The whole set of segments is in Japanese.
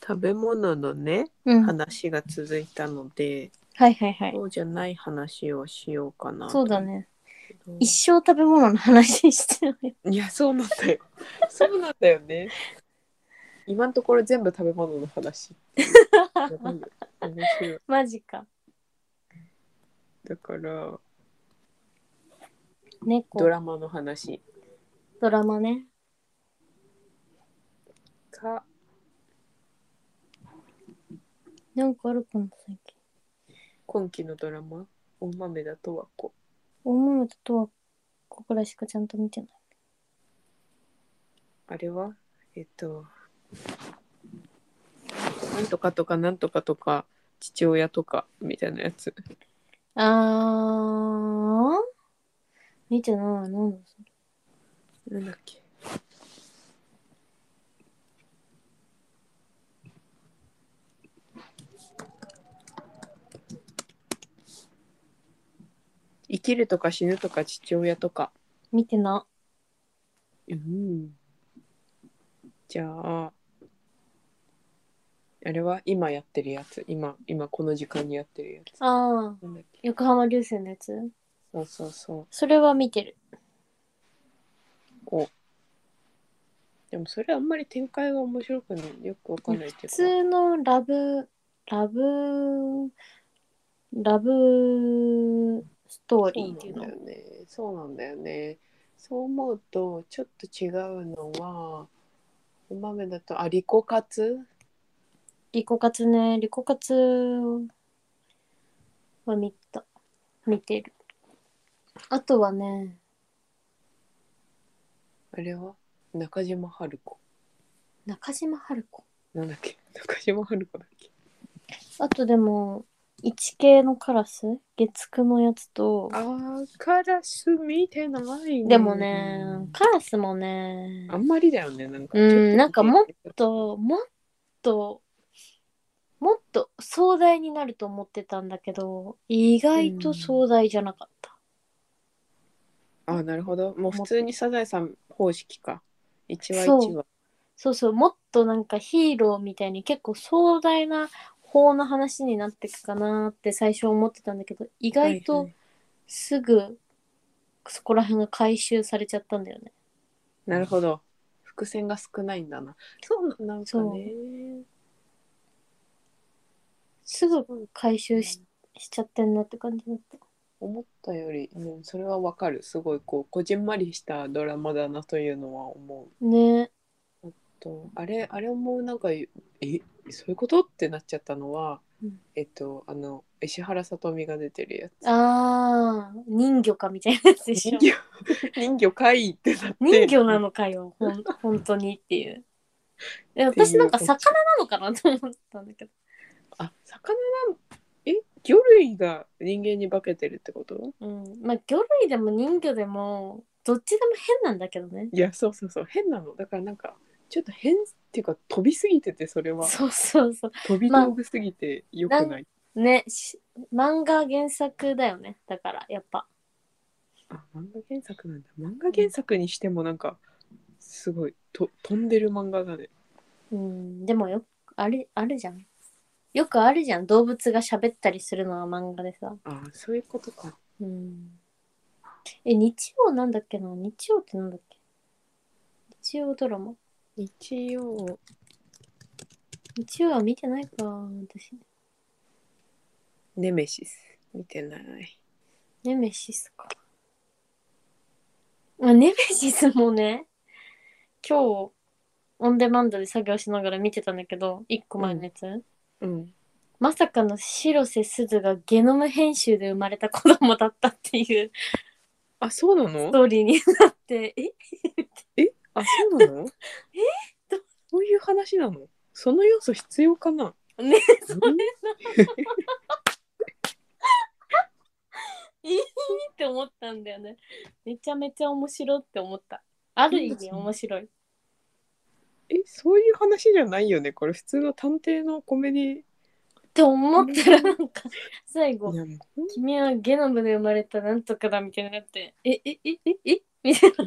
食べ物のねうん。はい話が続いたので、はいはい。そうじゃない話をしようかなそうだね。と思うけ一生食べ物の話してるね。どいやそうなんだよそうなんだよね今のところ全部食べ物の話やばいよ面白い マジか。だから猫。ドドララマの話マね。かなんかあるかも最近。今期のドラマ大豆だとはこ大豆とはここらしかちゃんと見てない。あれはえっとなんとかとかなんとかとか父親とかみたいなやつあー。見てない。なんだそれなんだっけ生きるとか死ぬとか父親とか見てな。うんじゃああれは今やってるやつ今今この時間にやってるやつあー。なんだっけ横浜流星のやつそうそうそうそれは見てる。おでもそれあんまり展開が面白くないよくわかんないって普いうか通のラブ、ラブ、ラブストーリーっていうの。そうなんだよねそうなんだよねそう思うとちょっと違うのはお豆だとあリコカツリコカツね、リコカツは見た。見てる。あとはね、あれは中島春子中島春子。なんだっけ中島春子だっけあとでも、一系のカラス月9のやつと、あーカラス見てないでもね、カラスもね、あもんまりだよねなんかうんちょっとなんかもっっと、もっと、もっと壮大になると思ってたんだけど、意外と壮大じゃなかった。あなるほどもう普通にサザエさん方式か一話そう一話そうそう、もっとなんかヒーローみたいに結構壮大な方の話になってくかなって最初思ってたんだけど、意外はいとはいすぐそこら辺が回収されちゃったんだよね。なるほど伏線が少ないんだなそうなんなんかそうねすぐ回収ししちゃってんなって感じだった。思ったより、うん、それはわかるすごいこうこじんまりしたドラマだなというのは思うねとあれあれ思うなんかえそういうことってなっちゃったのは、うんえっとあの石原さとみが出てるやつあー、人魚かみたいなやつでし人ょ。魚 人魚かいってなって人魚なのかよ、 ほん本当にっていう。え私なんか魚なのかなと思ったんだけど。あ魚なんえ魚類が人間に化けてるってことうん。まあ魚類でも人魚でも、どっちでも変なんだけどね。いやそうそうそう変なのだからなんかちょっと変っていうか飛びすぎててそれはそうそうそ飛び道具すぎてよくない、う。ねし漫画原作だよね。だから、やっぱ。あ漫画原作なんだ漫画原作にしてもなんかすごいと飛んでる漫画だねうん。でもよく、あれ、あるじゃん。よくあるじゃん。動物が喋ったりするのは漫画でさ。あそういうことかうん。え、日曜なんだっけな日曜ってなんだっけ日曜ドラマ日曜日曜は見てないか、私。ネメシス見てないネメシスか。あネメシスもね、今日、オンデマンドで作業しながら見てたんだけど、一個前のやつ。うんまさかの白瀬すずがゲノム編集で生まれた子供だったっていうあそうなスのトーリーになって、えあそうなの えどそういう話なのその要素必要かなねそれって思ったんだよね。めちゃめちゃ面白いって思った。ある意味面白い。えそういう話じゃないよねこれ普通の探偵のコメディって思ったらなんか、最後い、やもうほん君はゲノムで生まれたなんとかだみたいになって、え、え、え、え、えみたいな。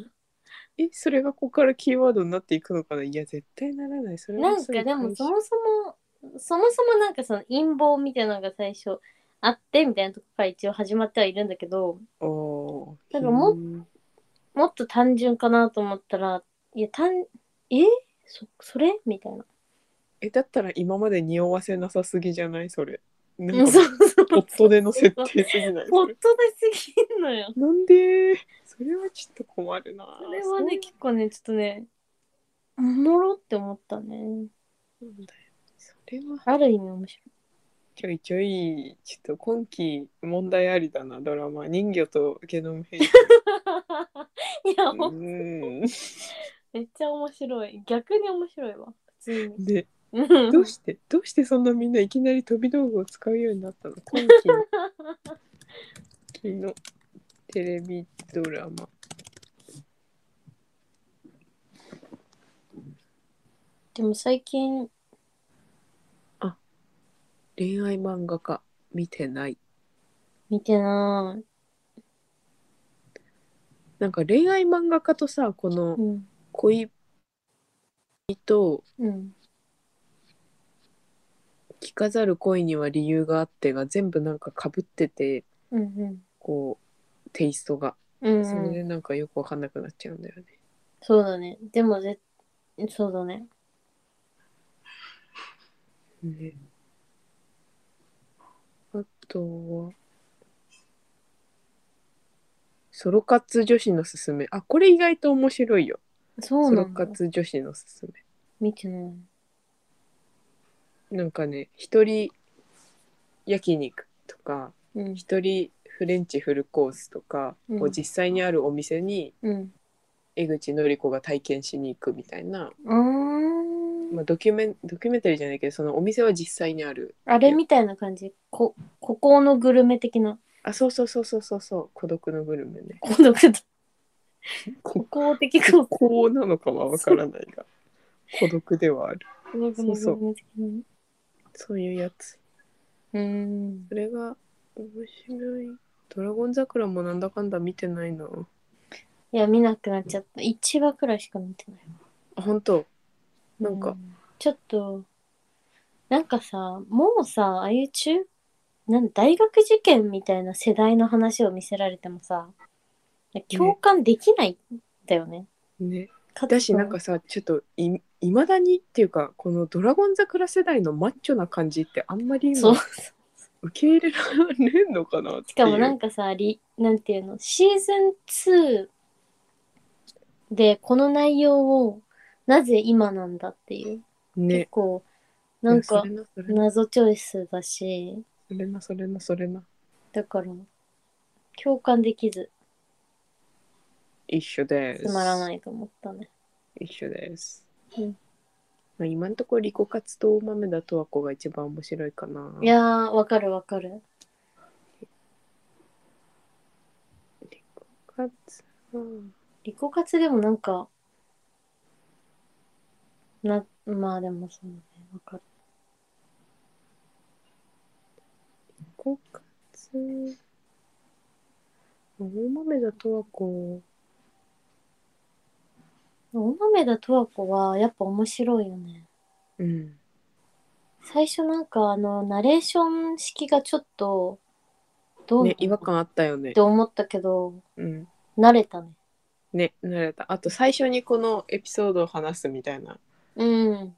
えそれがここからキーワードになっていくのかないや絶対ならないそれはなんすぐかでも回収そもそもそもそもなんかその陰謀みたいなのが最初あってみたいなとこから一応始まってはいるんだけどおーなんかもうんもっと単純かなと思ったらいや単えそそれみたいな。えだったら今まで匂わせなさすぎじゃないそれうなんん そかうそうポットでの設定すぎないホそッれトですぎんのよ。なんでそれはちょっと困るなそれはねそ結構ねちょっとねおもろって思ったね。うなんだよそれはある意味面白い。ちょいちょいちょっと今期問題ありだなドラマ人魚とゲノム編集 いや、うもうーんめっちゃ面白い。逆に面白いわ。普通に。 でうんどうしてどうしてそんなみんないきなり飛び道具を使うようになったの今期の昨日テレビドラマでも最近恋愛漫画家見てない見てない。なんか恋愛漫画家とさこのうん。恋人うん。着飾る恋には理由があってが全部なんかかぶっててうん。こうテイストがうん、それうでん。なんかよくわかんなくなっちゃうんだよね、そうだね。でもぜ、そうだね。ねあとはソロ活女子のすすめあこれ意外と面白いよそうソなロんだ。活女子のすす見てない。めなんかね一人焼肉とかうん。一人フレンチフルコースとかうんを実際にあるお店にうん。江口のり子が体験しに行くみたいな、うーん。まあ、ドキュメンドキュメンタリーじゃないけどそのお店は実際にあるあれみたいな感じ。こ、孤高のグルメ的な。 あそうそうそうそうそうそう孤独のグルメね孤独と。こ孤高的か も。 こうなのかはわからないが孤独ではある孤独のグルメ的な。うそういうやつーん。それが面白いドラゴン桜もなんだかんだ見てないないや、見なくなっちゃった。1話くらいしか見てない。あ本当なんかうちょっとなんかさもうさああいう中なん大学受験みたいな世代の話を見せられてもさ共感できないんだよね。ねかつだしなんかさちょっといいまだにっていうかこの「ドラゴン桜」世代のマッチョな感じってあんまりそう今受け入れられんのかなっていうしかもなんかさりなんていうのシーズン2でこの内容をなぜ今なんだっていう、ね結構なんかいやそれな謎チョイスだしそれなそれなそれなそれなだから共感できず一緒ですつまらないいと思ったね。一緒です、うんまあ、今んところリコカツと大豆田十和子が一番面白いかないやーわかるわかる。リコカツうんリコカツでもなんか、な、まあでもそうね、わかる。リコカツ大豆田十和子大豆田十和子はやっぱ面白いよね。うん最初なんかあの、ナレーション式がちょっと、どう、ね違和感あったよねって思ったけど、うん慣れたね。ね、慣れた。あと最初にこのエピソードを話すみたいな、うん。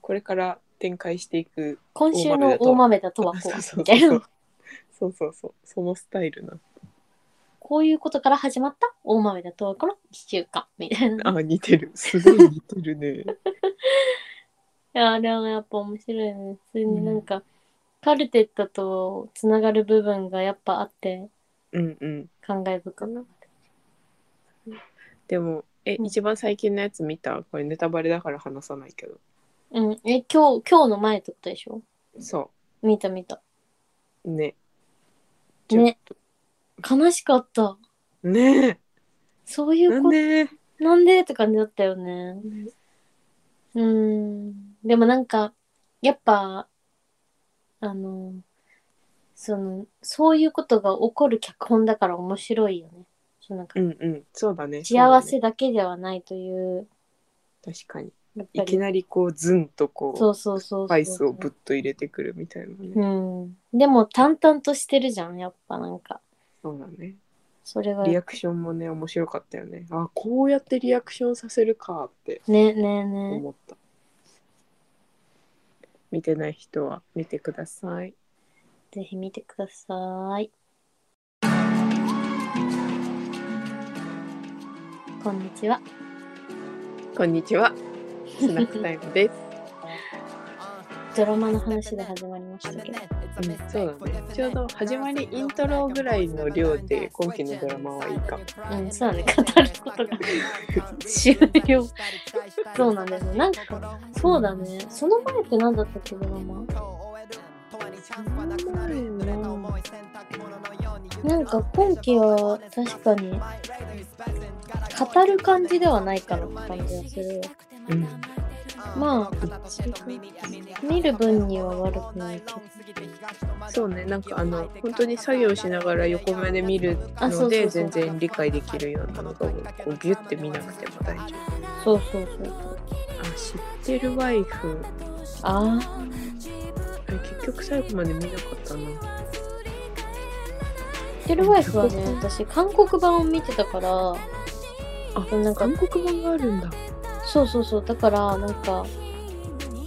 これから展開していく。今週の大豆田十和子 そうそうみたいそうな。そうそうそう、そのスタイルな。こういうことから始まった大豆田十和子の地中華みたい な。あ、似てる。すごい似てるね。 いや、あれはやっぱ面白いね。普通になんか、カルテットとつながる部分がやっぱあって、うんうん。感慨深かった。でも、え、うん一番最近のやつ見たこれネタバレだから話さないけど。うん。え、今日、今日の前ってことでしょそ見た見た。う。ね。ちょね。悲しかった。ねそうえ。いうなこんと、でなんでって感じだったよね。うーん。でもなんか、やっぱ、あの、その、そういうことが起こる脚本だから面白いよね。そうなんかうんうんそうだね幸そうせだけではないという、だね確かにやっぱいきりなりこうズンとこそううそうそうそスうパイスをぶっと入れてくるみたいなね、うんでも淡々としてるじゃんやっぱなんかそうだねそれがリねアクションもね面白かったよねあこうやってリアクションさせるかってねねね思った、見てない人は見てくださいぜひ見てくださいこんにちはこんにちはスナックタイムですドラマの話で始まりましたけどうん、そうだね。ちょうど始まりイントロぐらいの量で今期のドラマはいいかも。うんそうだね語ることが終了そうなんですよなんかそうだねその前って何だったっけドラマなんか今期は確かに語る感じではないかなって感じがするうんまあ見る分には悪くないけどそうね。なんかあの本当に作業しながら横目で見るあそのうそうそでう全然理解できるようなのが多いこうギュッて見なくても大丈夫。そうそうそう あ知ってるワイフ。あああれ結局最後まで見なかったな。テルワイフはね私韓国版を見てたからあなんか韓国版があるんだ。そうそうそうだからなんか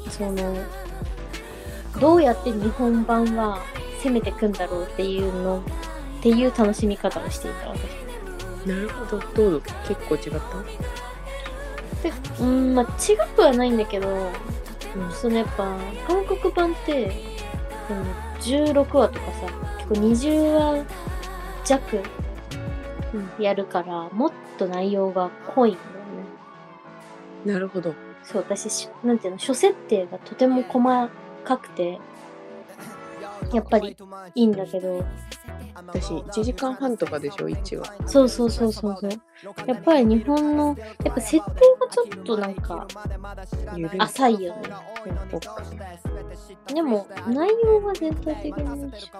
そのどうやって日本版は攻めてくんだろうっていうのっていう楽しみ方をしていた私なるほど。どう結構違った。でうんまあ違くはないんだけど、うんそのやっぱ韓国版ってその16話とかさ結構20話弱うやるから、もっと内容が濃いんだよねなるほど。そう私しなんていうの諸設定がとても細かくてやっぱりいいんだけど私1時間半とかでしょ1話。そうそうそうそうそうやっぱり日本のやっぱ設定がちょっとなんかゆるい浅いよねそっかでも内容は全体的に一緒だ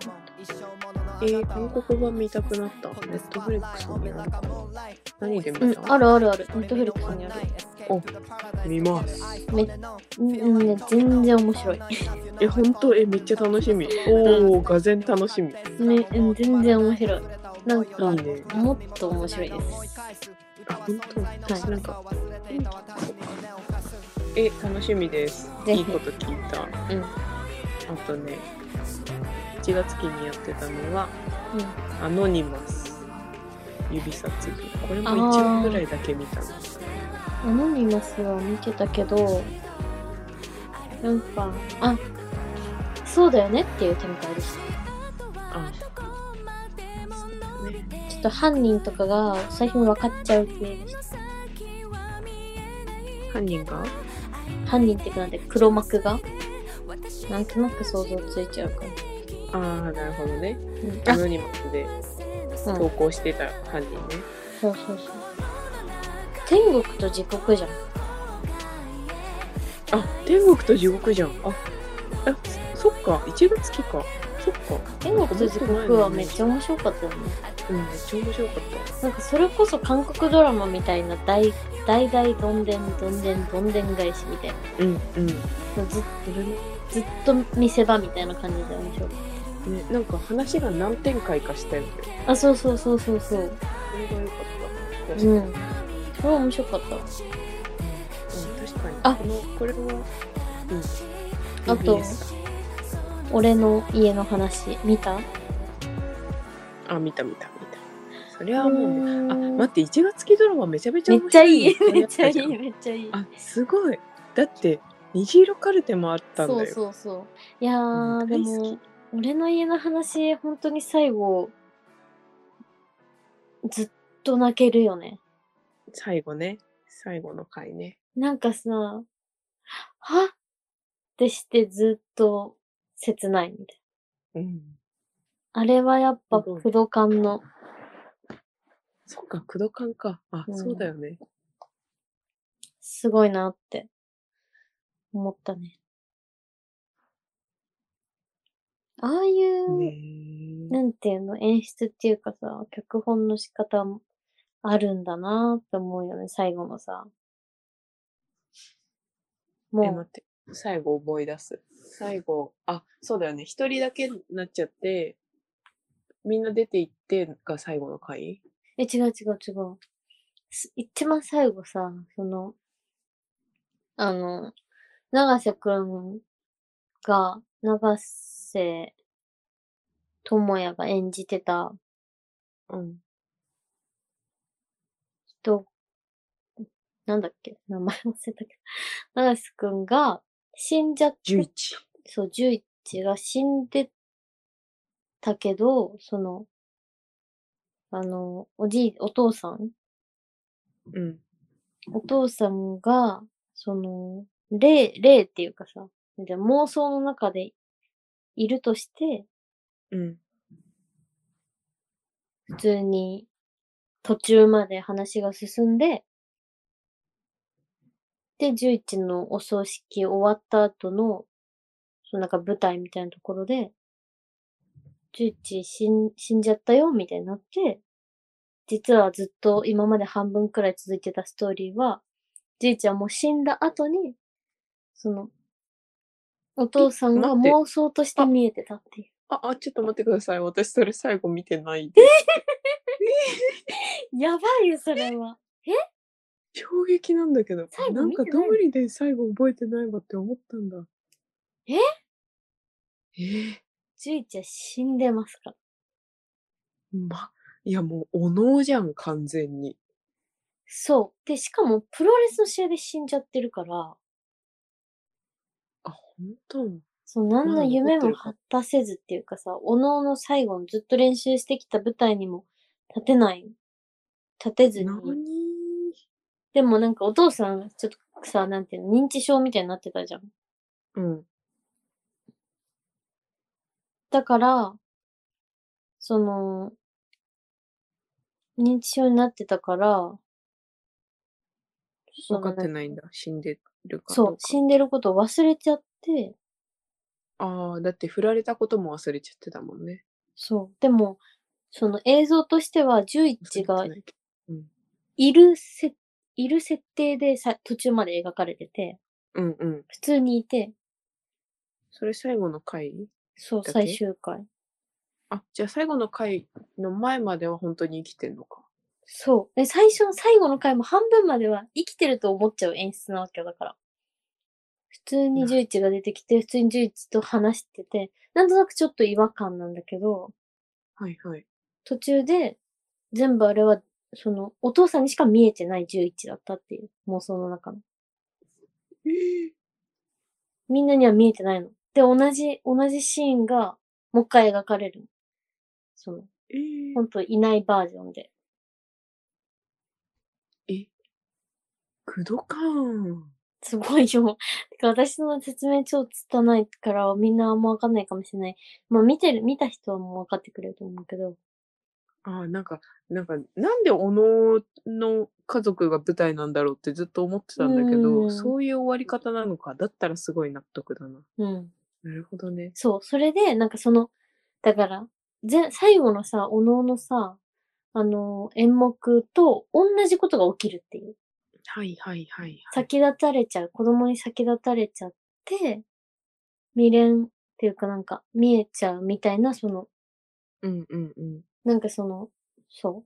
えー、韓国版見たくなった。ネットフリックスにあるかな。何でう見た、んあるあるあるネットフリックスにあるお、見ます。めうんうんね全然面白い え、本当え、めっちゃ楽しみ。おー、がぜん楽しみ。ねうん全然面白いなんかいいねもっと面白いですあ、本当私なんか、うんえ、楽しみです。ぜひいいこと聞いた。あうんとね、1月期にやってたのは、うんアノニマス。指殺人。これもあー1話ぐらいだけ見たの。アノニマスは見てたけど、なんか、あ、そうだよねっていう展開でした。あ、そうだね。ちょっと犯人とかが最初に分かっちゃう系でした。犯人が犯人っていうかなんて黒幕が、なんとなく想像ついちゃうかも。ああ、なるほどね。うんあ、アノニマスでうん投稿してた犯人ね。そうそうそう。天国と地獄じゃん。あ、天国と地獄じゃん。あ、あそっか、1月期か。そっか。天国と地獄はめっちゃ面白かったよね。うん、めっちゃ面白かっなんかそれこそ韓国ドラマみたいな大、大大どんでんどんでんどんでん返しみたいな。た。うん、うん。ね、もうずっとずっと見せ場みたいな感じで面白いなんか話が何展開かしたよね。あそうそうそうそうそうそれが良かった。うん確そかに。れは面白かったうん、確かに。あこの、これは、うん。あと BBS 俺の家の話見ただあ、見た見た見た。それはもうね、あ、待って、1月期ドラマめちゃめちゃめっ面ちゃ白いいのめっちゃいやたじいんめっちゃいいあ、すごい。だって、虹色カルテもあったんだそよ。うそうそういやうー、んで大好きも俺の家の話本当に最後ずっと泣けるよね最後ね。最後の回ね。なんかさはっってしてずっと切ないみたいなうん。あれはやっぱすごい不動感のそっか、クドカンか。あ、うんそうだよね。すごいなって思ったね。ああいう、ねなんていうの、演出っていうかさ、脚本の仕方もあるんだなって思うよね、最後のさ。え、も待って。最後思い出す。最後、あ、そうだよね。一人だけになっちゃって、みんな出て行ってが最後の回う、え、違う違う違う。す一番最後さ、その、あの、長瀬くんが、長瀬智也が演じてたうん。人、なんだっけ名前忘れたけど。長瀬くんが死んじゃって11。そう、十一が死んでたけど、その、あの、おじい、お父さんうん。お父さんが、その、霊、霊っていうかさ、じゃあ妄想の中でいるとして、うん。普通に途中まで話が進んで、で、11のお葬式終わった後の、そのなんか舞台みたいなところで、11死ん死んじゃったよみたいになって、実はずっと今まで半分くらい続いてたストーリーは、11はもう死んだ後に、その、お父さんがえ待って妄想として見えてたっていう。あ、あ、ちょっと待ってください。私それ最後見てないです。やばいよ、それは。 衝撃なんだけど最。後なんか見てないどうりで最後覚えてないわって思ったんだ。ええー11は死んでますから。ま、いやもう、お能じゃん、完全に。そう。で、しかも、プロレスの試合で死んじゃってるから、あ、本当そう、何まのあ残夢ってもるか果たせずっていうかさ、おのおの最後のずっと練習してきた舞台にも立てない、立てずに。何でもなんかお父さん、ちょっとさ、なんていうの、認知症みたいになってたじゃん。うん。だから、その、認知症になってたから、その分かってないんだ。死んでるかどそうう、か。死んでることを忘れちゃって、ああ、だって振られたことも忘れちゃってたもんね。そう。でも、その映像としては、11が忘れてないけいるせ、いる設定でさ途中まで描かれてて、どうんうん。普通にいて、それ最後の回そう、だけ最終回。あ、じゃあ最後の回の前までは本当に生きてんのか。そう。で、最初の最後の回も半分までは生きてると思っちゃう演出なわけよ、だから。普通にな11が出てきて、普通に11と話してて、なんとなくちょっと違和感なんだけど、はいはい。途中で、全部あれは、その、お父さんにしか見えてない11だったっていう、妄想の中の。みんなには見えてないの。で、同じ、同じシーンが、もう一回描かれるの。その、えほんといないバージョンで。え。え。クドカーン。すごいよ。 てか私の説明超拙いから、みんなあんまわかんないかもしれない。まあ見てる、見た人はもうわかってくれると思うけど。ああ、なんか、なんか、なんでおのの家族が舞台なんだろうってずっと思ってたんだけうど、んそういう終わり方なのか。だったらすごい納得だな。うん。なるほどね。そう。それで、なんかその、だから、ぜ最後のさ、おのおのさ、あのー演目と同じことが起きるっていう。はいはいはい、はい。先立たれちゃう、子供に先立たれちゃって、未練っていうかなんか見えちゃうみたいな、その、うんうんうん。なんかその、そう。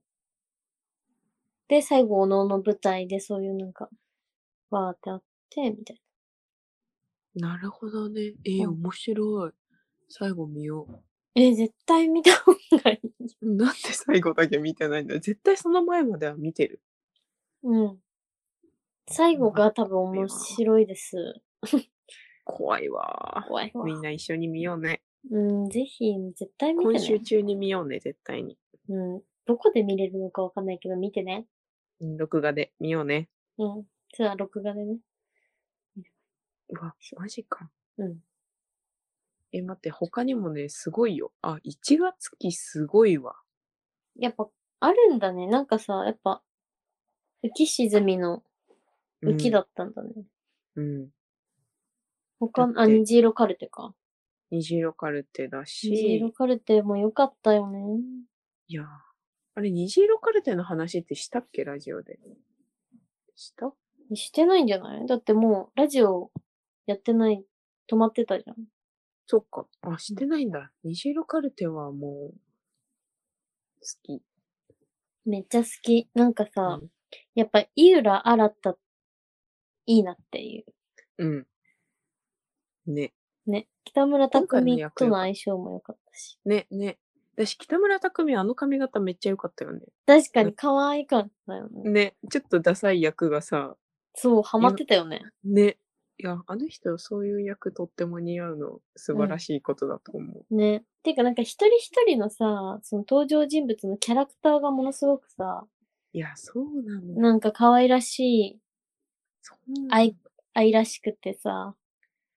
で、最後、おのおの舞台でそういうなんか、わーってあって、みたいなるほどね。えーうん面白い。最後見よな。え、絶対見た方がいい。う。 なんで最後だけ見てないんだ絶対その前までは見てる。うん。最後が多分面白いです。怖いわ怖いー。わみんな一緒に見ようね。うん、ぜひ、絶対見今て週ね。中に見ようね、絶対に。うん。どこで見れるのかわかんないけど、見てね。うん録画で見ようね。うん。それは録画でね。うわ、マジか。うん。え、待って、他にもね、すごいよ。あ、1月期すごいわ。やっぱ、あるんだね。なんかさ、やっぱ、浮き沈みのうん浮きだ。ったんだね。うん。他の、だっあ、て虹色カルテか。虹色カルテだ虹し色、カルテも良かったよね。いやー、あれ、虹色カルテの話ってしたっけラジオで。したしてないんじゃないだってもう、ラジオやってない、止まってたじゃん。そっか。あ、してないんだ。虹色カルテはもう、好き。めっちゃ好き。なんかさ、うんやっぱ、井浦新た、いいなっていう。うん。ね。ね。北村匠今回の海役と良のかった相性も良かったし。ね、ね。私、北村匠海、あの髪型めっちゃ良かったよね。確かに可愛かったよね。ね、ちょっとダサい役がさ、そう、ハマってたよね。ね。いや、あの人、そういう役とっても似合うの、素晴らしいことだと思う。ね。ていうか、なんか一人一人のさ、その登場人物のキャラクターがものすごくさ、いや、そうなの。なんか可愛らしい、そうなの愛、愛らしくてさ、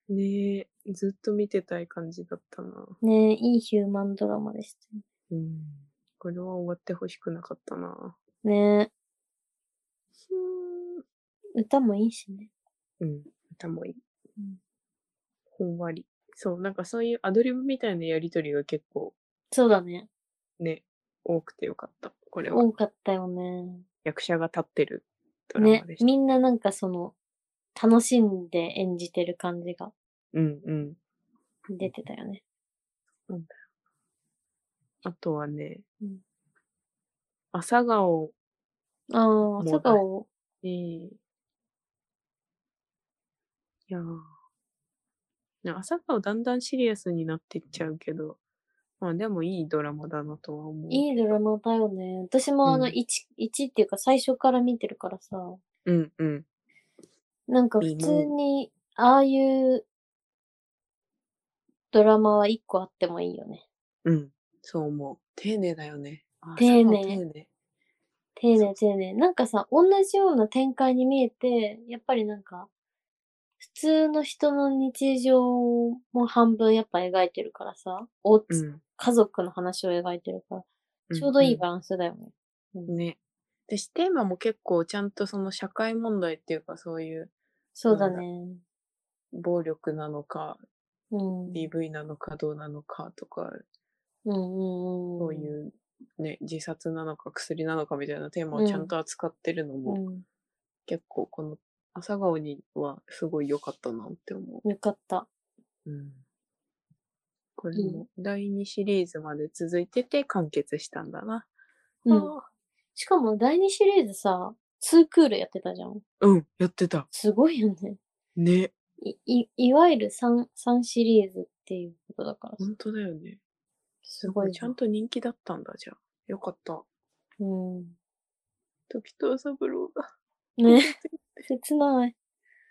ねえ、ずっと見てたい感じだったな。ね、いいヒューマンドラマでしたようん。これは終わってほしくなかったな。ね。歌もいいしね。うん。歌もいいうん。ほんわり。そう、なんかそういうアドリブみたいなやりとりが結構そうだね。ね、多くてよかった。これは多かったよね。役者が立ってるドラねマで。した。みんななんかその、楽しんで演じてる感じがうんうん。出てたよね。あとはねうん、朝顔ああ、う佐川に、いやーね朝顔だんだんシリアスになってっちゃうけど、まあでもいいドラマだなとは思う。いいドラマだよね。私もあの、うん一一っていうか最初から見てるからさ、うんうん。なんか普通に、ああいうドラマは一個あってもいいよね。うん。そう思う。丁寧だよね。あ丁寧朝顔丁寧。丁寧丁寧。なんかさ、同じような展開に見えて、やっぱりなんか、普通の人の日常も半分やっぱ描いてるからさ、おうちうん。家族の話を描いてるから、んちょうどいいバランスだよね。うんね。私、テーマも結構ちゃんとその社会問題っていうか、そういうそうだね。暴力なのか、うん。うん DV なのかどうなのかとか、うんうん。そういうね、自殺なのか薬なのかみたいなテーマをちゃんと扱ってるのうも、ん。結構この朝顔にはすごい良かったなって思よかった。う。うん。これも第2シリーズまで続いてて完結したんだな。うん。しかも第2シリーズさ、2クールやってたじゃん。うん、やってた。すごいよね。ね。い、い、いわゆる3、三シリーズっていうことだからさ本当だよね。すごいな。ちゃんと人気だったんだ、じゃあ。よかった。うん。時藤三郎がね。 切ない。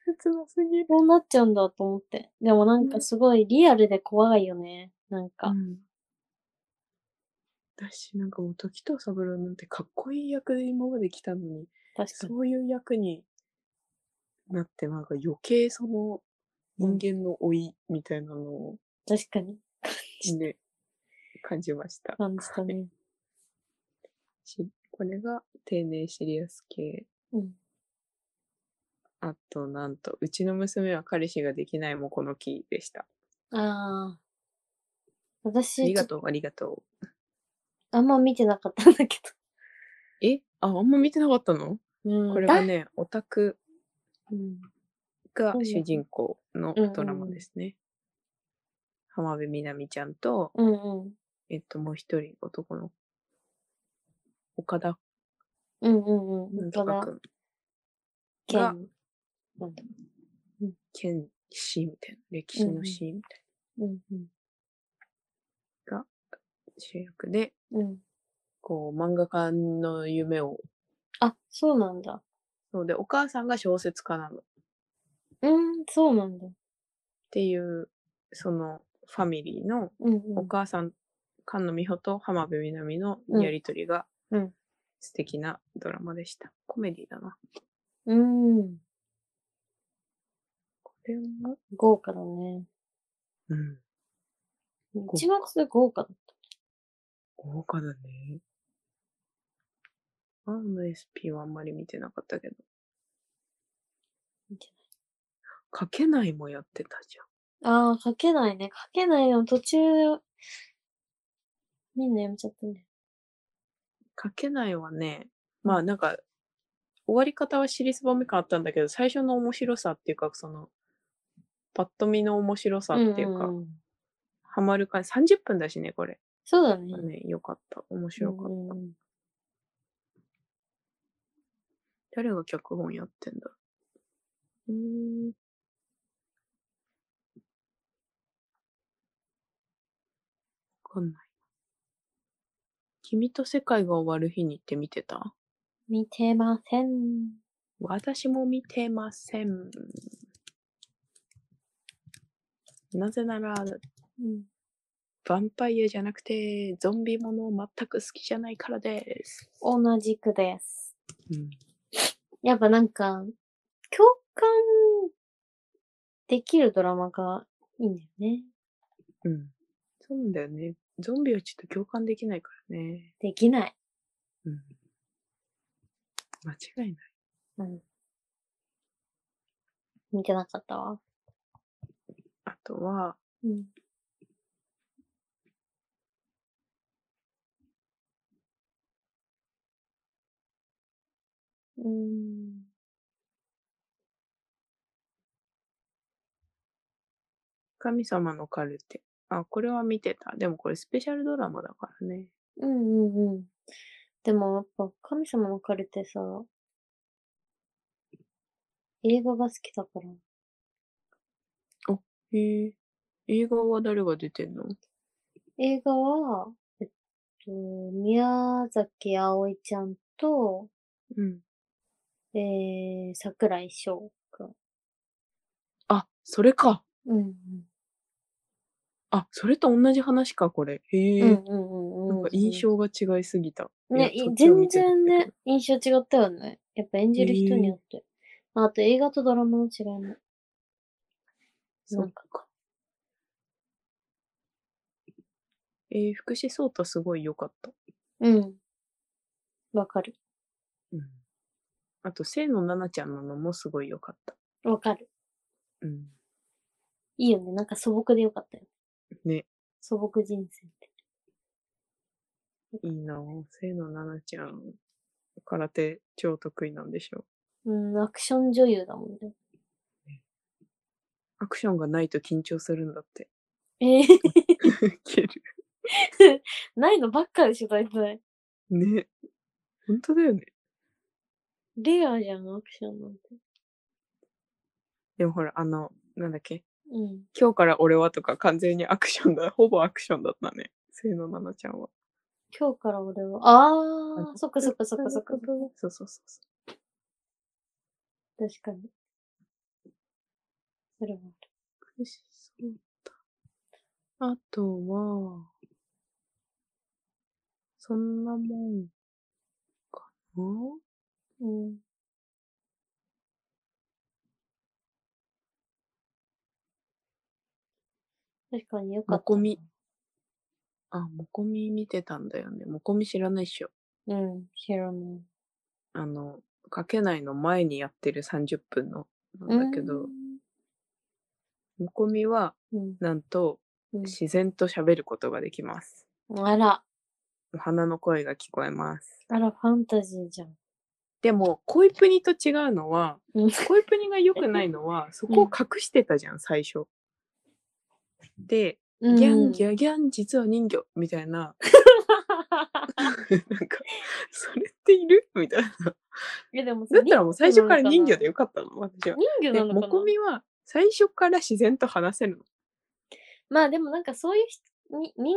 切なすぎる。こうなっちゃうんだと思って。でもなんかすごいリアルで怖いよね。なんか。うん私なんかもう時藤三郎なんてかっこいい役で今まで来たのに、確かに。そういう役になって、なんか余計その人間の老いみたいなのを確かに。ね、感じました。感じたね。しこれが丁寧シリアス系。うん。あと、なんと、うちの娘は彼氏ができないもこの木でした。ああ。あり私、ちょがっととう、ありがとう。あんま見てなかったんだけ えあ、あんま見てなかったの、ど。うん。これがだね、オタクうん。がそうなんだ主人公のうんうんドラマですね。浜辺美波ちゃんと、うんうん。えっと、もう一人男の岡田うんうんうん。とか岡くん、田が健なんだ剣士みたいな、歴史うんうのん史みたいうんうん。な主役で、うん。こう、漫画家の夢を、あ、そうなんだ。そうで、お母さんが小説家なのっうん、そうなんだ。ていう、そのファミリーのうんうおん。母さん、菅野美穂と浜辺美波のやりとりがうんうん素敵なドラマでした。コメディだな。うん。これも、豪華だね。うん、華一月豪華だった。豪華だね。青の SP はあんまり見てなかったけど。見てかけないもやってたじゃん。ああ、書けないね。書けないの途中で、みんなやめちゃったね。書けないはね、まあなんか、終わり方は尻すぼめ感あったんだけど、最初の面白さっていうか、その、パッと見の面白さっていうか、んんんハマる感じ。30分だしね、これ。そうだね。ね、よかった。面白かった。うん誰が脚本やってんだうーん。わかんない。君と世界が終わる日にって見てた見てません。私も見てません。なぜなら、うん、ヴァンパイアじゃなくて、ゾンビもの全く好きじゃないからです。同じくです。うん、やっぱなんか、共感できるドラマがいいんだよね。うん。そうなんだよね。ゾンビはちょっと共感できないからね。できない。うん。間違いない。うん。見てなかったわ。あとは、うん。うん。神様のカルテ。あ、これは見てた。でもこれスペシャルドラマだからね。うんうんうん。でもやっぱ神様のカルテさ、映画が好きだから。へえ。映画は誰が出てんの映画は、えっと、宮崎葵ちゃんと、うん。えー、桜井翔くん。あ、それか。うんうん。あ、それと同じ話か、これ。へえ。うんうんうんうなん。んか印象が違いすぎた。ね、いやい全。そっちを然見てたけね、印象違ったよね。やっぱ演じる人によって。あと映画とドラマの違いも。どそっか。えー、福士蒼太すごい良かった。うん。わかる。うん。あと、清野奈々ちゃんなのもすごい良かった。わかる。うん。いいよね。なんか素朴でよかったよ。ね。素朴人生って。いいなぁ。清野奈々ちゃん、空手超得意なんでしょうん、アクション女優だもんね。アクションがないと緊張するんだって。 えー、ウケる。 ないのばっかでしょ、大体。ね。本当だよね。レアじゃん、アクションなんて。でもほら、あの、なんだっけ。うん。今日から俺はとか完全にアクションだ。ほぼアクションだったね。清野奈々ちゃんは。今日から俺は、あー、そっかそっかそっかそっか。そうそうそうそ確かに。それはある。う。よしそうだ。あとは、そんなもんかなうん。確かによかもった。こみ。あ、もこみ見てたんだよね。もこみ知らないっしょ。うん、知らない。あの、かけないの前にやってる30分のなんだけど、もこみは、うん、なんと、うん。自然と喋ることができます。うん。あら、お花の声が聞こえます。あら、ファンタジーじゃん。でも、恋プニと違うのは、うん恋プニが良くないの は、そこを隠してたじゃん、最初。で、ギャンギャン。ャギャン、実は人魚みたいな、 なんか、それっているみ たいな。いや、でもさだったらもう最初から人魚でよ。よかったの、私は。人魚で、なのもかなこみは最初から自然と話せるの。まあでもなんかそういう人、に人間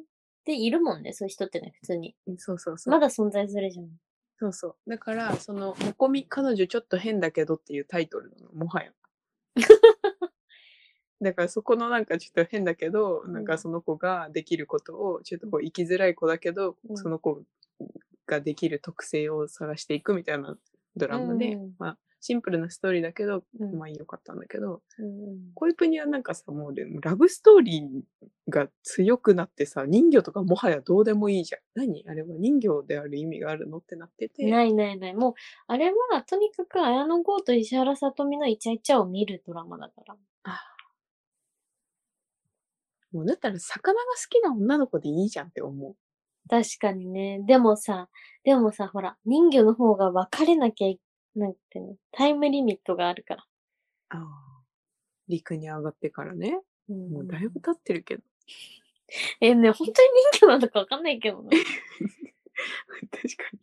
っているもんね、そういう人ってね、普通に。そうそうそう。まだ存在するじゃん。そうそう。だから、その、もこみ、彼女ちょっと変だけどっていうタイトルなの、もは や。だからそこのなんかちょっと変だけど、なんかその子ができることを、ちょっとこう生きづらい子だけど、うんその子ができる特性を探していくみたいなドラマで、うんまあ、シンプルなストーリーだけど、うんまあ良かったんだけど、うんうん恋プニはなんかさ、もうでもラブストーリーが強くなってさ、人魚とかもはやどうでもいいじゃん。何あれは人魚である意味があるのってなってて。ないないない。もう、あれは、とにかく綾野剛と石原さとみのイチャイチャを見るドラマだから。もうだったら魚が好きな女の子でいいじゃんって思う。確かにね。でもさ、でもさ、ほら、人魚の方が別れなきゃい、なんていうの、タイムリミットがあるから。ああ。陸に上がってからね。うんもうだいぶ経ってるけど。 え、ね、本当に人魚なのかわかんないけどね。確かに。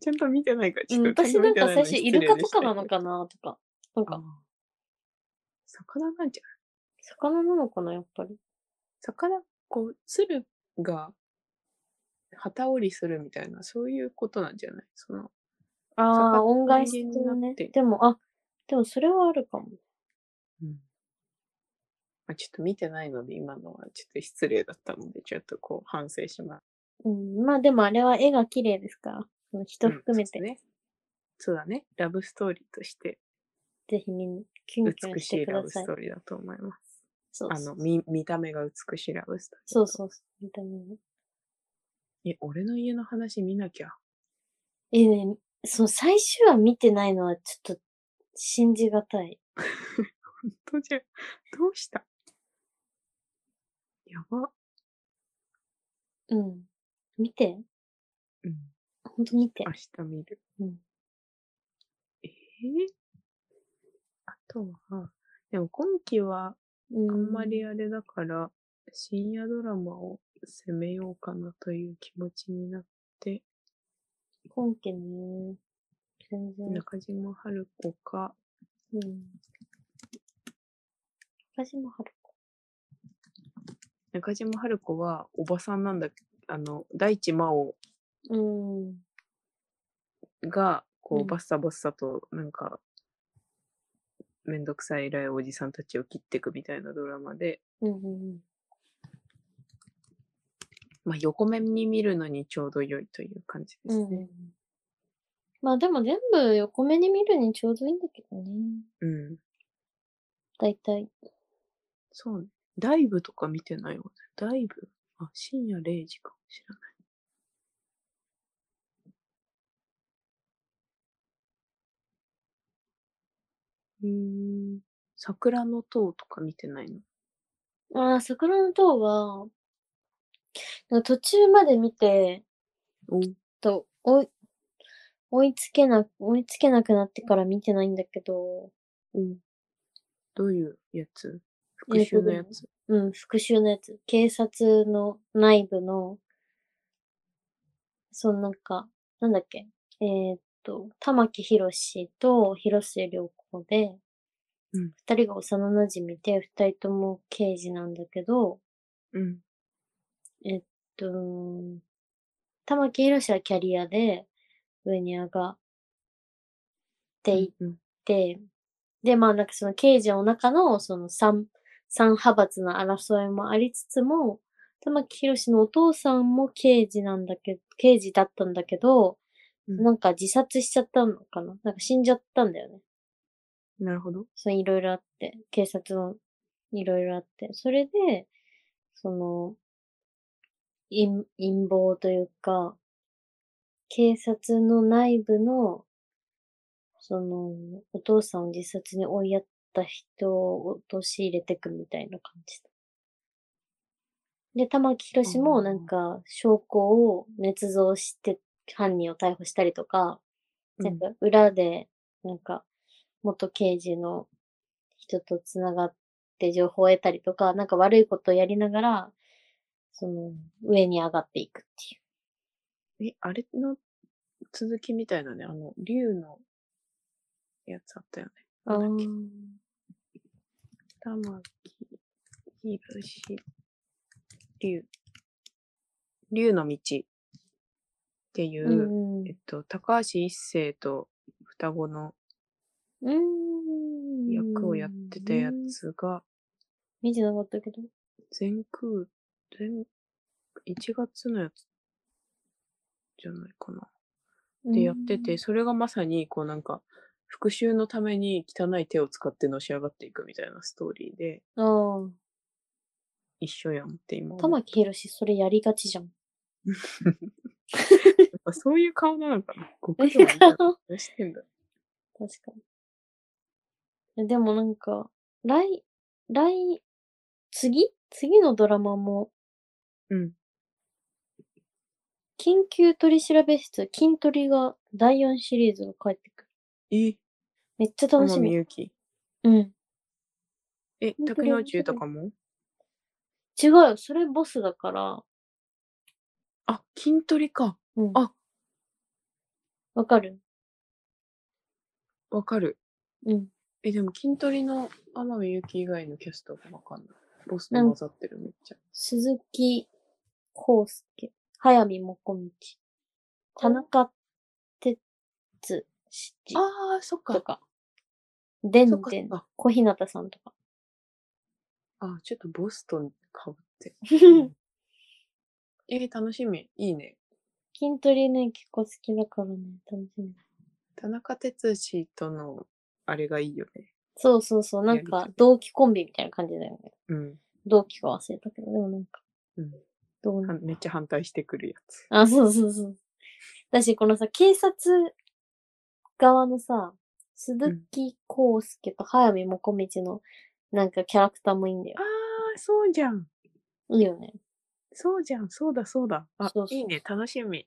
ちゃんと見てないから、うちんょっと 私なんか最初、イルカとかなのか。かなとか。なんあか、あ魚なんじゃない魚なのかな、やっぱり。魚、こう、鶴が旗織りするみたいな、そういうことなんじゃないその、ああ、魚恩返し人間的にななっね。てでも、あ、でもそれはあるかも。うんまあ、ちょっと見てないので、今のはちょっと失礼だったので、ちょっとこう反省します。うん、まあでもあれは絵が綺麗ですから、その人含めて、うんそうですね。そうだね。ラブストーリーとしてぜひみんな、キュンキュン美ししいてくラだブさスいト。ーリーだと思います。そうあそうの、見、見た目が美しいラブストーリー。そうそうそう、見た目ねえ、俺の家の話見なきゃ。 え、ね、そう、最終話見てないのはちょっと信じがたい。本当じゃ、どうしたやば。うん。見て。うん。ほんと見て明。日見る。うん。ええあとは、でも今期はうあんまり。あれだから、深夜ドラマを攻めようかなという気持ちになって、今期ね。全然。中島春子か、うん。私も春子。中島春子はおばさんなんだ、あの、大地真央うん。が、こうう、んバッサバッサと、なんか、めんどくさい偉いおじさんたちを切っていくみたいなドラマで、うんうんまあ、横面に見るのにちょうど良いという感じでうん。うすんうんうねん。。まあでも全部横目に見るにちょうどいいんだけどね。うん。だいたい。そうね。ダイブとか見てないわね。ダイブあ、深夜0時かもしれない。うーん。桜の塔とか見てないのああ、桜の塔は、なんか途中まで見て、おと、追い、追いつけな、追いつけなくなってから見てないんだけど、おどういうやつ復えーと讐のやつうん、復讐のやつ。警察の内部の、そのなんか、なんだっけ、えーっと、玉木宏と広末涼子で、うん二人が幼馴染で、二人とも刑事なんだけど、うん。えっと、玉木宏はキャリアで上に上がっていっうん。て、で、まあなんかその刑事の中のその三、三派閥の争いもありつつも、玉木宏のお父さんも刑事なんだけど、刑事だったんだけど、うんなんか自殺しちゃったのかななんか死んじゃったんだよね。なるほど。そのいろいろあって、警察のいろいろあって、それで、その、陰、陰謀というか、警察の内部の、その、お父さんを自殺に追いやった人を陥れてくみたいな感じだで、玉木宏もなんか、証拠を捏造して犯人を逮捕したりとか、なんか裏で、なんか、元刑事の人と繋がって情報を得たりとか、なんか悪いことをやりながら、その、上に上がっていくっていえ、あれの続きみたいなね、あの、竜のやつあったよね。う。なんだっけあ玉木宏竜。竜の道っていう、うんえっ。と、高橋一生と双子のうん。役をやってたや。つが、見てなかったけど。全空、全、1月のやつじゃないかな。でやってて、それがまさに、こうなんか、復讐のために汚い手を使ってのし上がっていくみたいなストーリーで、うん。あ一緒やんって今思あ。う。玉木宏、それやりがち じゃん。やっぱそういう顔なのかな極道みたいな 確顔してんだ。かに。でもなんか、来、来、次次のドラマも、うん。緊急取調べ室、筋トリが第4シリーズが帰ってくる。えめっちゃ楽天し海み。祐希。うん。え、本当竹に野内豊かも違うよ。それボスだから。あ、筋トレか。うん。あわかるわかる。うん。え、でも筋トレの天海祐希以外のキャストがわかんない。ボスと混ざってるめっちゃ。鈴木康介、早見もこみち、田中哲七ああ、そっとか。か、でそっんかでそんっ、か。小日向さんとか。あ、ちょっとボスとかぶ って。えー、楽しみ。いいね。筋トレね、結構好きだからね、楽しみ。田中哲司とのあれがいいよね。そうそうそう、なんやかりたい同期コンビみたいな感じだよね。うん。同期か忘れたけど、でもなんか、うんどうはなんめっちゃ反対してくるやつ。あ、そうそうそう。だし、このさ、警察側のさ、鈴木康介と早見もこみちの、なんかキャラクターもいいんだよあ。あ、そうじゃん。いいよね。そうじゃん。そうだ、そうだ。あ、そうそういいね。楽しみ。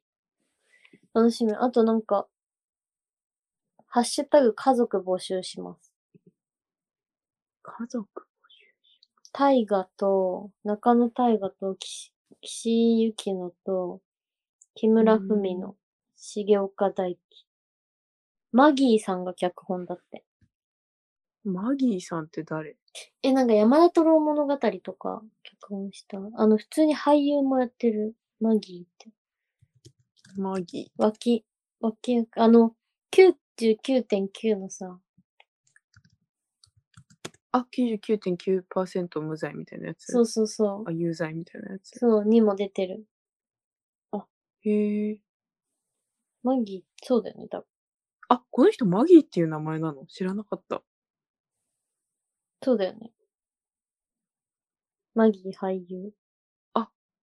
楽しみ。あとなんか、ハッシュタグ家族募集します。家族。大河と、中野大河と、岸岸井ゆきのと、木村文う乃、重岡大樹。マギーさんが脚本だって。マギーさんって誰え、なんか山田太郎物語とか脚本した。あの、普通に俳優もやってる、マギーって。マギ脇、脇役、あの、99.9のさ、ー。あ、99.9%無罪みたいなやつ。そうそうそうあ、、有罪みたいなやつ。そう、にも出てる。へえ。マギー、そうだよね、多分。あ、この人マギーっていう名前なの知らなかった。そうだよね。マギー俳優。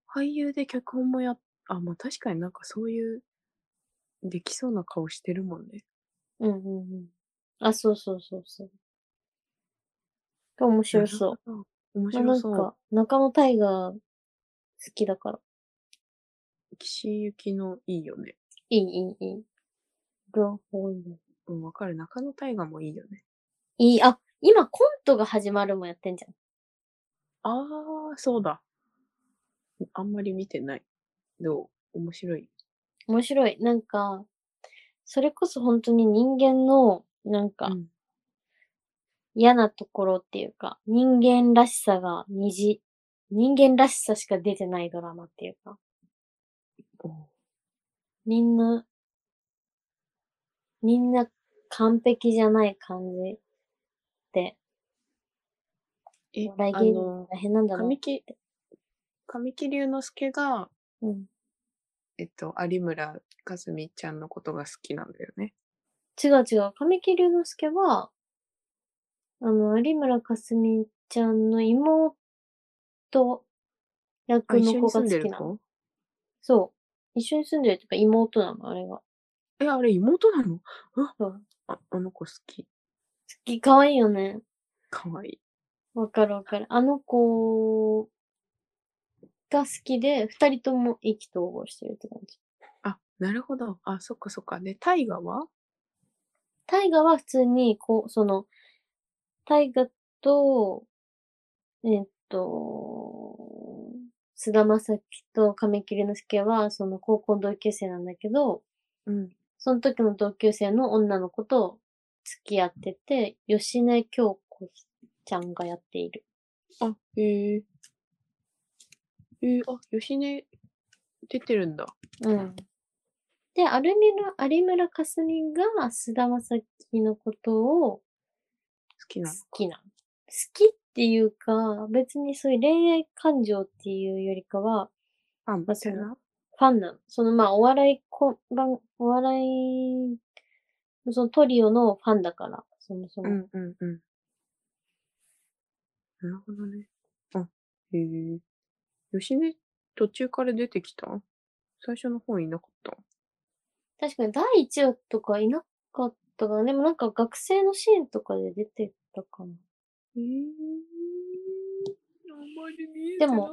俳優で脚本もやっ、あ、まあ確かになんかそういう、できそうな顔してるもんね。うんうんうん。あ、そうそうそうそう。面白そう。う。面ま白あ、なんそう。か、中野大河好きだから。岸行きのいいよね。いい、いい、いい。両方いいね。うん、わかる。中野大河もいいよね。いい、あ、今コントが始まるもやってんじゃん。あー、そうだ。あんまり見てない。どう面白い。面白い。なんか、それこそ本当に人間の、なんか、うん嫌なところっていうか、人間らしさが虹、人間らしさしか出てないドラマっていうか、おみんな、みんな完璧じゃない感じで、え、お笑いあ芸人の、大変なんだな。神木、神木隆之介が、うん、えっと、有村架純ちゃんのことが好きなんだよね。違う違う、神木隆之介は、あの、有村架純ちゃんの妹あ、役一の緒子に住が好んでるきなの。子そう。一緒に住んでるっていうか妹なの、あれが。え、あれ妹なのそう。好あ、あの子好き。き、可愛いよね。かわいい。わかるわかる。あの子が好きで、二人とも意気投合してるって感じ。あ、なるほど。あ、そっかそっか。で、大河は大河は普通に、こう、その、大河と、えっと、菅田将暉と亀木隆之介は、その高校の同級生なんだけど、うん。その時の同級生の女の子と付き合ってて、吉根京子ちゃんがやっている。あ、へえ。えー、あ、吉根出てるんだ。うん。で、アルミラ、有村架純が菅田将暉のことを好き好なの。きなの。好きっていうか、別にそういう恋愛感情っていうよりかは、あ、みまあたいな。ファンなの。そのまあ、お笑いこ、番お笑い、そのトリオのファンだから、そもそうも。んうんうん。なるほどね。あ、へえ。吉根途中から出てきた最初の方いなかった。確かに第1話とかいなかったから、でもなんか学生のシーンとかで出てたかな。ええ。あんまり見えてなかっっ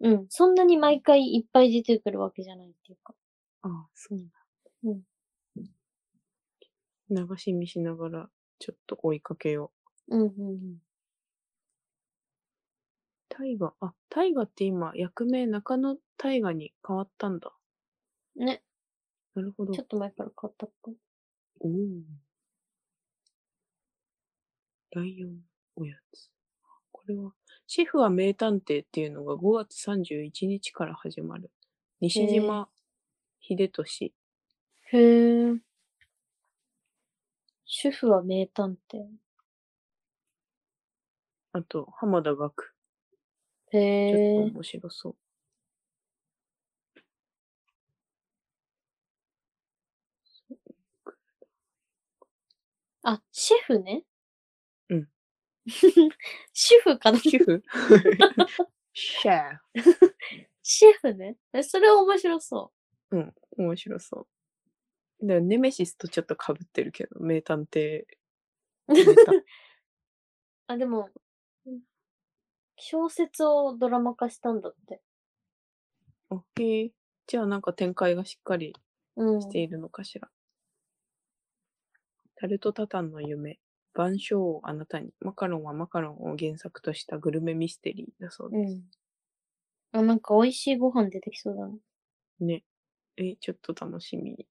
うん。そんなに毎回いっぱい出てくるわけじゃないっていうか。ああ、そうなんだ。うん流し見しながら、ちょっと追いかけよう。うんうん大河、あ、大河って今、役名中野大河に変わったんだ。うん。ね、なるほどちょ。っと前から買ったっぽい。おーライオンおやつ。これは、シェフは名探偵っていうのが5月31日から始まる。西島秀俊。へえ。主婦は名探偵。あと、浜田岳。ちへょっえと。面白そう。あ、シェフね。 うん。主婦かなシェフシェフ。シェフね。えそれ面白そ面白そう。だからネメシスとちょっと被ってるけど、名探偵。う。名探あ、でも、小説をドラマ化したんだって。あへえじゃあなんか展開がしっかりうん。しているのかしら。タルトタタンの夢、万象をあなたに、マカロンはマカロンを原作としたグルメミステリーだそううです。ん。あ、なんか美味しいご飯出てきそうだね。ね。え、ちょっと楽しみ。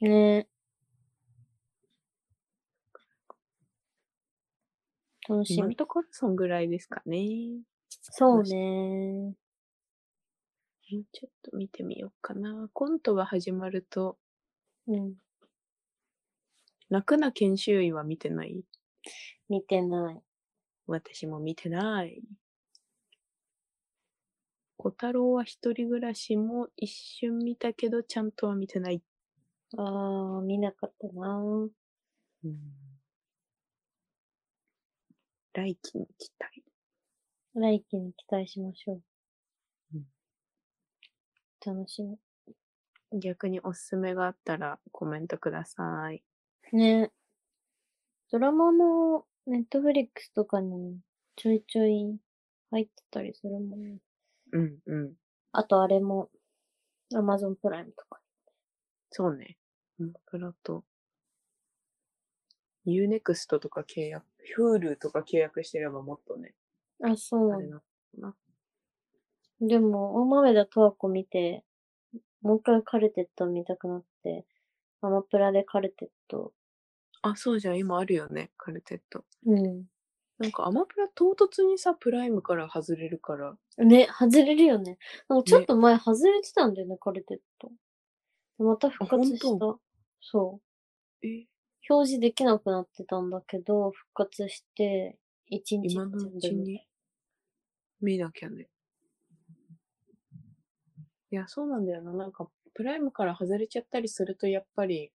ねえ。楽し今のみ。ところそんぐらいですかね。そうね。もうちょっと見てみようかな。コントが始まると、うん。泣くな研修医は見てない見てない。私も見てない。小太郎は一人暮らしも一瞬見たけど、ちゃんとは見てない。あー、見なかったな。来期に期待。来季に期待しましょううん。楽しみ。逆におすすめがあったらコメントください。ね。ドラマも、ネットフリックスとかにちょいちょい入ってたりするもんね。うんうん。あとあれも、アマゾンプライムとか。そうね。うん、プラと。Unext とか契約、Hulu とか契約してればもっとね、あ、そうあなれんだ。な。でも、大豆田十和子見て、もう一回カルテット見たくなって、アマプラでカルテット。あ、そうじゃん、今あるよね、カルテット。うん。なんかアマプラ唐突にさ、プライムから外れるから、ね、外れるよね。なんかちょっと前外れてたんだよね、カルテット。また復活しあた。そう。え、表示できなくなってたんだけど、復活して、一日今のうちに見なきゃね。いや、そうなんだよな。なんか、プライムから外れちゃったりすると、やっぱり、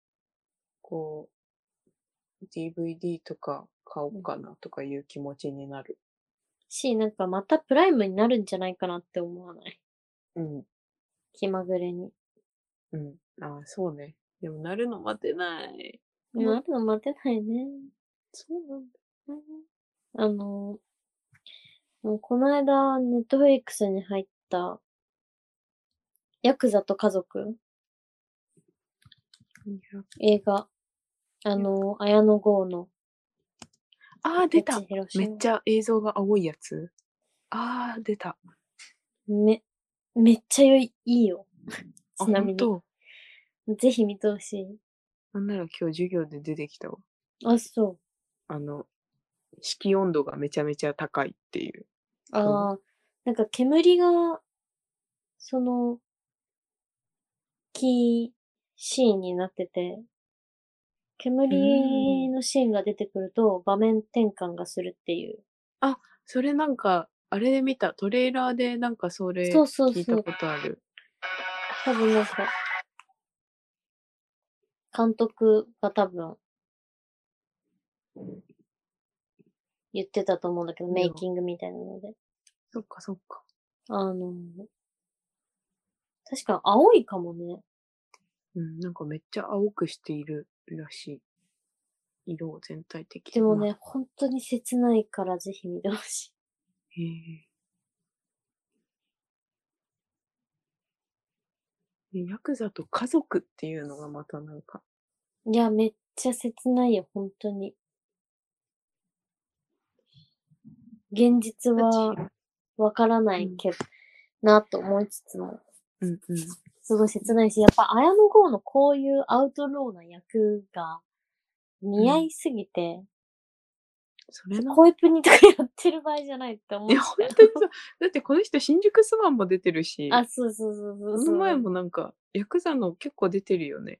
こう、DVD とか買おうかなとかいう気持ちになる。し、なんかまたプライムになるんじゃないかなって思わない。うん。気まぐれに。うん。ああ、そうね。でも、なるの待てない。うんなるの待てないね。そうなんだ。あの、もうこの間、ネットフリックスに入った、ヤクザと家族いや映画。あの、綾野剛の。ああ、出ためっめっちゃ映像が青いやつ。ああ、出た。め、めっちゃよいいいよ。あ、ちなみ本当に。ぜひ見てほしい。なんなら今日授業で出てきたわ。あ、そあの、色温度がめちゃめちゃ高いっていう。う。ああ、なんか煙が、その、キーシーンになってて、煙のシーンが出てくると場面転換がするっていう。それなんか、あれで見た、トレーラーでなんかそれそうそう聞いそたうこ。とある。多分なんか、監督が多分、言ってたと思うんだけど、うんメイキングみたいなので。そっかそっか。あの、確か青いかもね。うん、なんかめっちゃ青くしているらしい。色を全体的に。でもね、本当に切ないからぜひ見てほしい。へえ。ヤクザと家族っていうのがまたなんか、いや、めっちゃ切ないよ、本当に。現実はわからないけど、なと思いつつも、うんうん。すごい切ないし、やっぱ綾野剛のこういうアウトローな役が似合いすぎて、それな。恋プニとかやってる場合じゃないって思いってや、本当にさ、だってこの人新宿スワンも出てるし、あ、そうそうそうそうこそう。の前もなんか、ヤクザの結構出てるよね。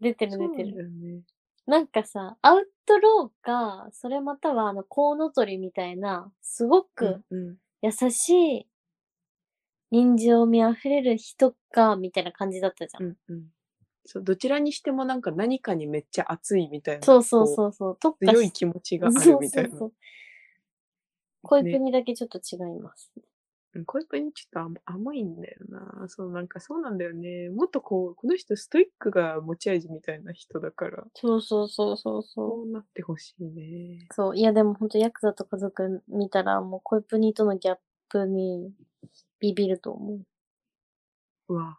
出てるそう出なんてだる。よね。なんかさ、アウトローか、それまたはあの、コウノトリみたいな、すごくうんうん。優しい、人情味あふれる人か、みたいな感じだったじゃん。うんうん。そう、どちらにしてもなんか何かにめっちゃ熱いみたいな。そうそうこそうそう。特う。化強いして気持ちがあるみたいな。う。恋プニだけちょっと違います。うんこういう子にちょっと甘甘いんだよな。そう、なんかそうなんだよね。もっとこう、この人ストイックが持ち味みたいな人だから、そうそうそうそうそう。そうなってほしいね。そう。いやでもほんとヤクザと家族見たらもう恋プニとのギャップにビビると思う。うわ、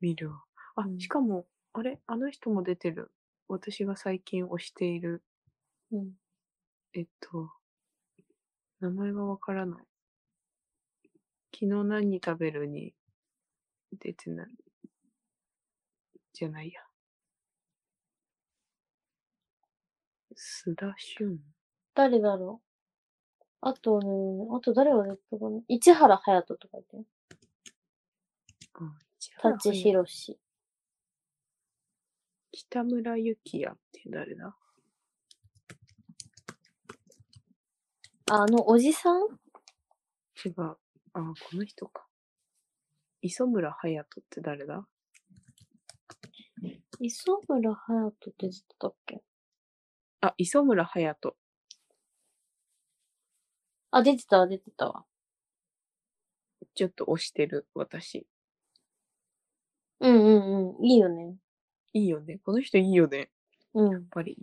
見るわ。あう、んしかも、あれあの人も出てる。私が最近推している、うん。えっと、名前がわからない。昨日何食べるに出てない。じゃないや。須田俊誰だろうあとね、あと誰が出てたかな市原隼人とかいてる。うん舘ひろし。北村ゆきやって誰だあの、おじさん違う。あ、この人か。磯村隼人って誰だ磯村隼人って出てたっけあ、磯村隼人。あ、出てたわ、出てたわ。ちょっと推してる、私。うんうんうん。いいよね。いいよね。この人いいよね。やっうん。ぱり。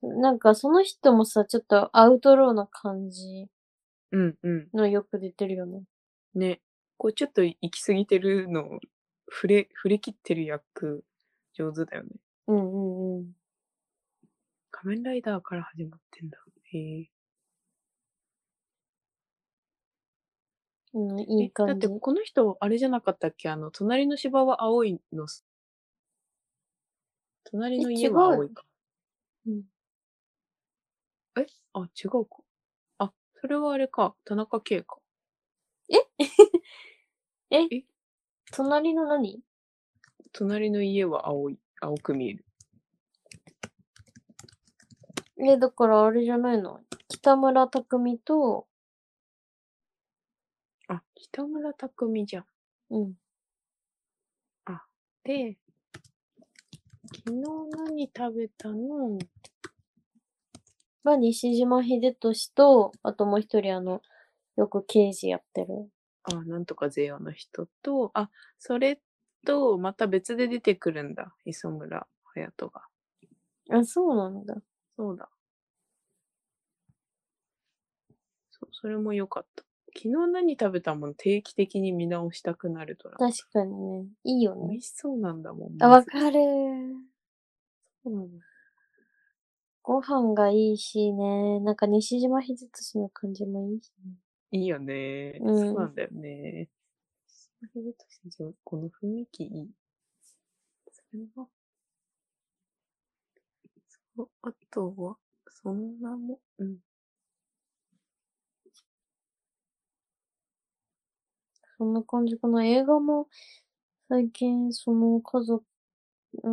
なんか、その人もさ、ちょっとアウトローな感じうんうん。のよく出てるよね。ね。こう、ちょっと行き過ぎてるのを、触れ、触れ切ってる役、上手だよね。うんうんうん。仮面ライダーから始まってんだ。へえ。うん、いいえだっ感てじ。この人、あれじゃなかったっけあの、隣の芝は青いのす。隣の家はえ違う青いか。うんえあ、違うか。あ、それはあれか。田中圭か。隣の何隣の家は青い。青く見える。え、だからあれじゃないの北村匠海と、あ、北村匠海じゃん。うん。で、昨日何食べたのまあ、西島秀俊と、あともう一人あの、よく刑事やってる。あ、なんとかゼアの人と、あ、それと、また別で出てくるんだ。磯村隼人が。あ、そうなんだ。そうだ。そう、それも良かった。昨日何食べたもん定期的に見直したくなるドラマ。確かにね。いいよ美ね。味しそうなんだもん。あ、まわずかる。そうなんだご飯がいいしね。なんか西島秀俊の感じもいいしね。いいよね。うんそうなんだよね。秀俊さんこの雰囲気いい。それは。そう、あとは、そんなもん、うん。そんな感じかな。映画も、最近、その家族、うー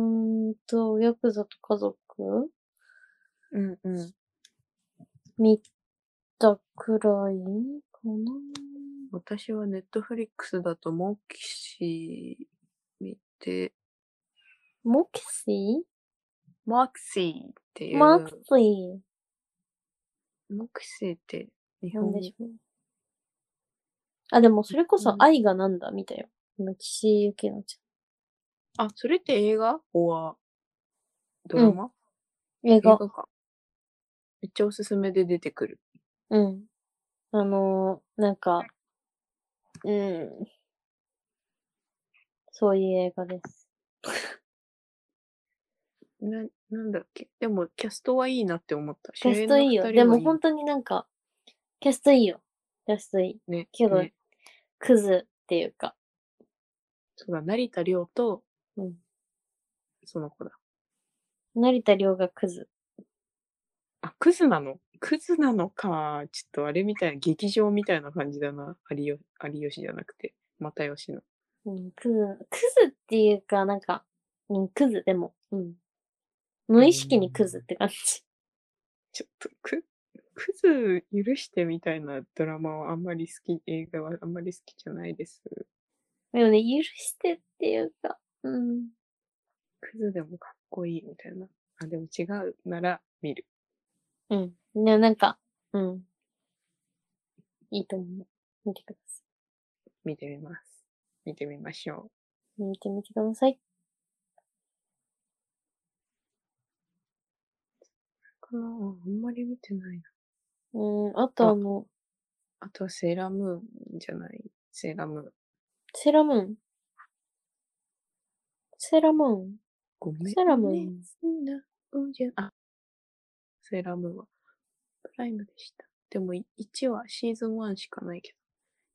んと、ヤクザと家族うんうん。見たくらいかな。私はネットフリックスだとモキシー見て、モキシマクシーっていーう。マキシモクシーって日ーなん本ででしょう。あ、でもそれこうんそ愛がなんだみたいよ。あの岸井ゆきのちあ、それって映画オアドラマ、ゃん。映映画画。か。めっちゃおすすめで出てくる。うん。あのーなんか、うん。そういう映画です。な、なんだっけ。でも、キャストはいいなって思った。キャストいいよ。でも本当になんか、キャストいいよ。キャストいい。当ね。けどねクズっていうか。そうだ、成田凌と、うんその子だ。成田凌がクズ。あ、クズなのクズなのか。ちょっとあれみたいな、劇場みたいな感じだな。有吉有吉じゃなくて、又吉の。うん、クズ、クズっていうか、なんか、うん、クズでも、うん。無意識にクズって感じ。ちょっとク、クズ許してみたいなドラマはあんまり好き、映画はあんまり好きじゃないです。でもね、許してっていうか、うん。クズでもかっこいいみたいな。あ、でも違うなら見る。うん。でもなんか、うん。いいと思う。見てくださ見てみます。見てみましょい。見てみてください。う。かなああんまり見てないな。うん、あとあの、あとはセーラームーンじゃない。セーラームーン。セーラームーン。セーラームーン。ごめん、ね。セーラームーン。な、うんじゃ、あ、セーラームーンはプライムでした。でもい1はシーズン1しかないけど。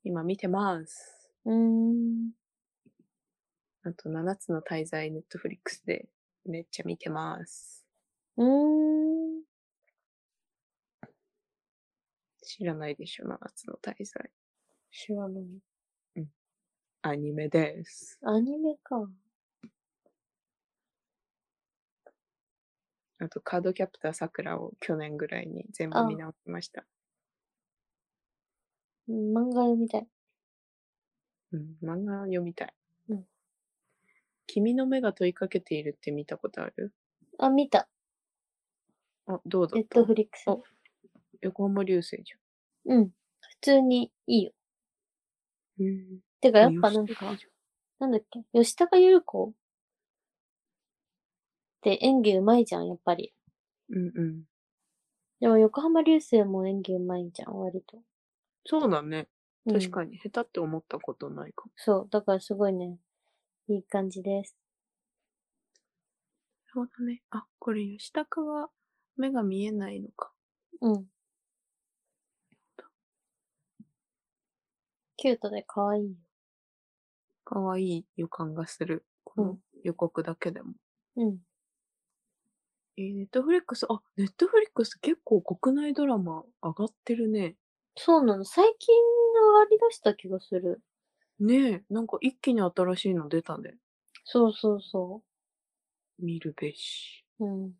今見てます。うーん。あと7つの滞在ネットフリックスでめっちゃ見てます。うーん。知らないでしょ、7つの滞在。知らない。アニメです。アニメか。あと、カードキャプターさくらを去年ぐらいに全部あ見直しました。うん漫画読みたい。うん、漫画読みたい。うん君の目が問いかけているって見たことあるあ、見た。あ、どうだネっッたトフリックス。お横浜流星じうん。普通にいいよ。ゃん。うん。てかやっぱなんか、なんだっけ、吉高由里子って演技うまいじゃん、やっぱり。うんうん。でも横浜流星も演技うまいじゃん、割と。そうだね。うん確かに。下手って思ったことないかも。そう、だからすごいね、いい感じです。そうだね。あ、これ吉高は目が見えないのか。うん。キュートで可愛いよ。かわいい予感がする。こうの予告だけでも。うん。えーネットフリックス、あ、ネットフリックス結構国内ドラマ上がってるね。そうなの、最近上がり出した気がする。ねえ、なんか一気に新しいの出たね。そうそうそ見るべし。う。うん。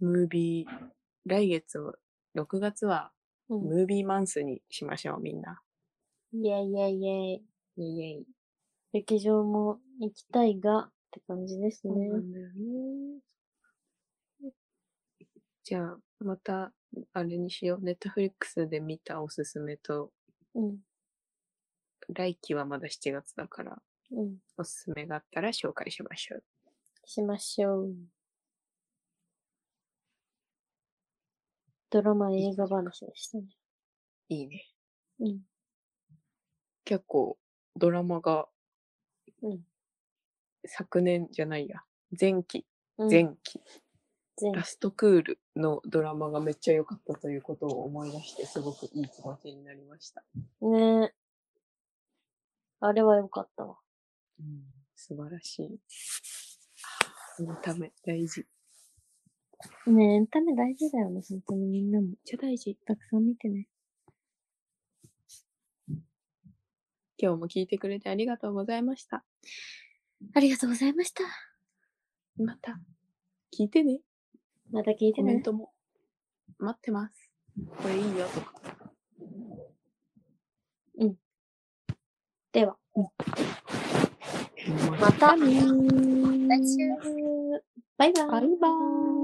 ムービー、来月は、6月はうん。ムービーマンスにしましょう、みんな。イェイイェイイェイ。イェイイェイ。劇場も行きたいが、って感じですそうねな。んだよね。じゃあ、また、あれにしよう。ネットフリックスで見たおすすめと、うん。来期はまだ7月だから、うん。おすすめがあったら紹介しましょう。しましょう。ドラマ映画話でしたね。いいね。うん。結構、ドラマが、うん昨年じゃないや。前期、うん前期、全ラストクールのドラマがめっちゃ良かったということを思い出して、すごくいい気持ちになりました。ねえ。あれは良かったわ。うん、素晴らしい。エンタメ、大事。めっねえ、エンタメ大事だよね、本当にみんなも。ちゃ大事。たくさん見てね。今日も聞いてくれてありがとうございました。ありがとうございました。また、聞いてね。また聞いてコメンね。トも。待ってます。これいいよとか。では、ままた来来週バイバイバイバーイ。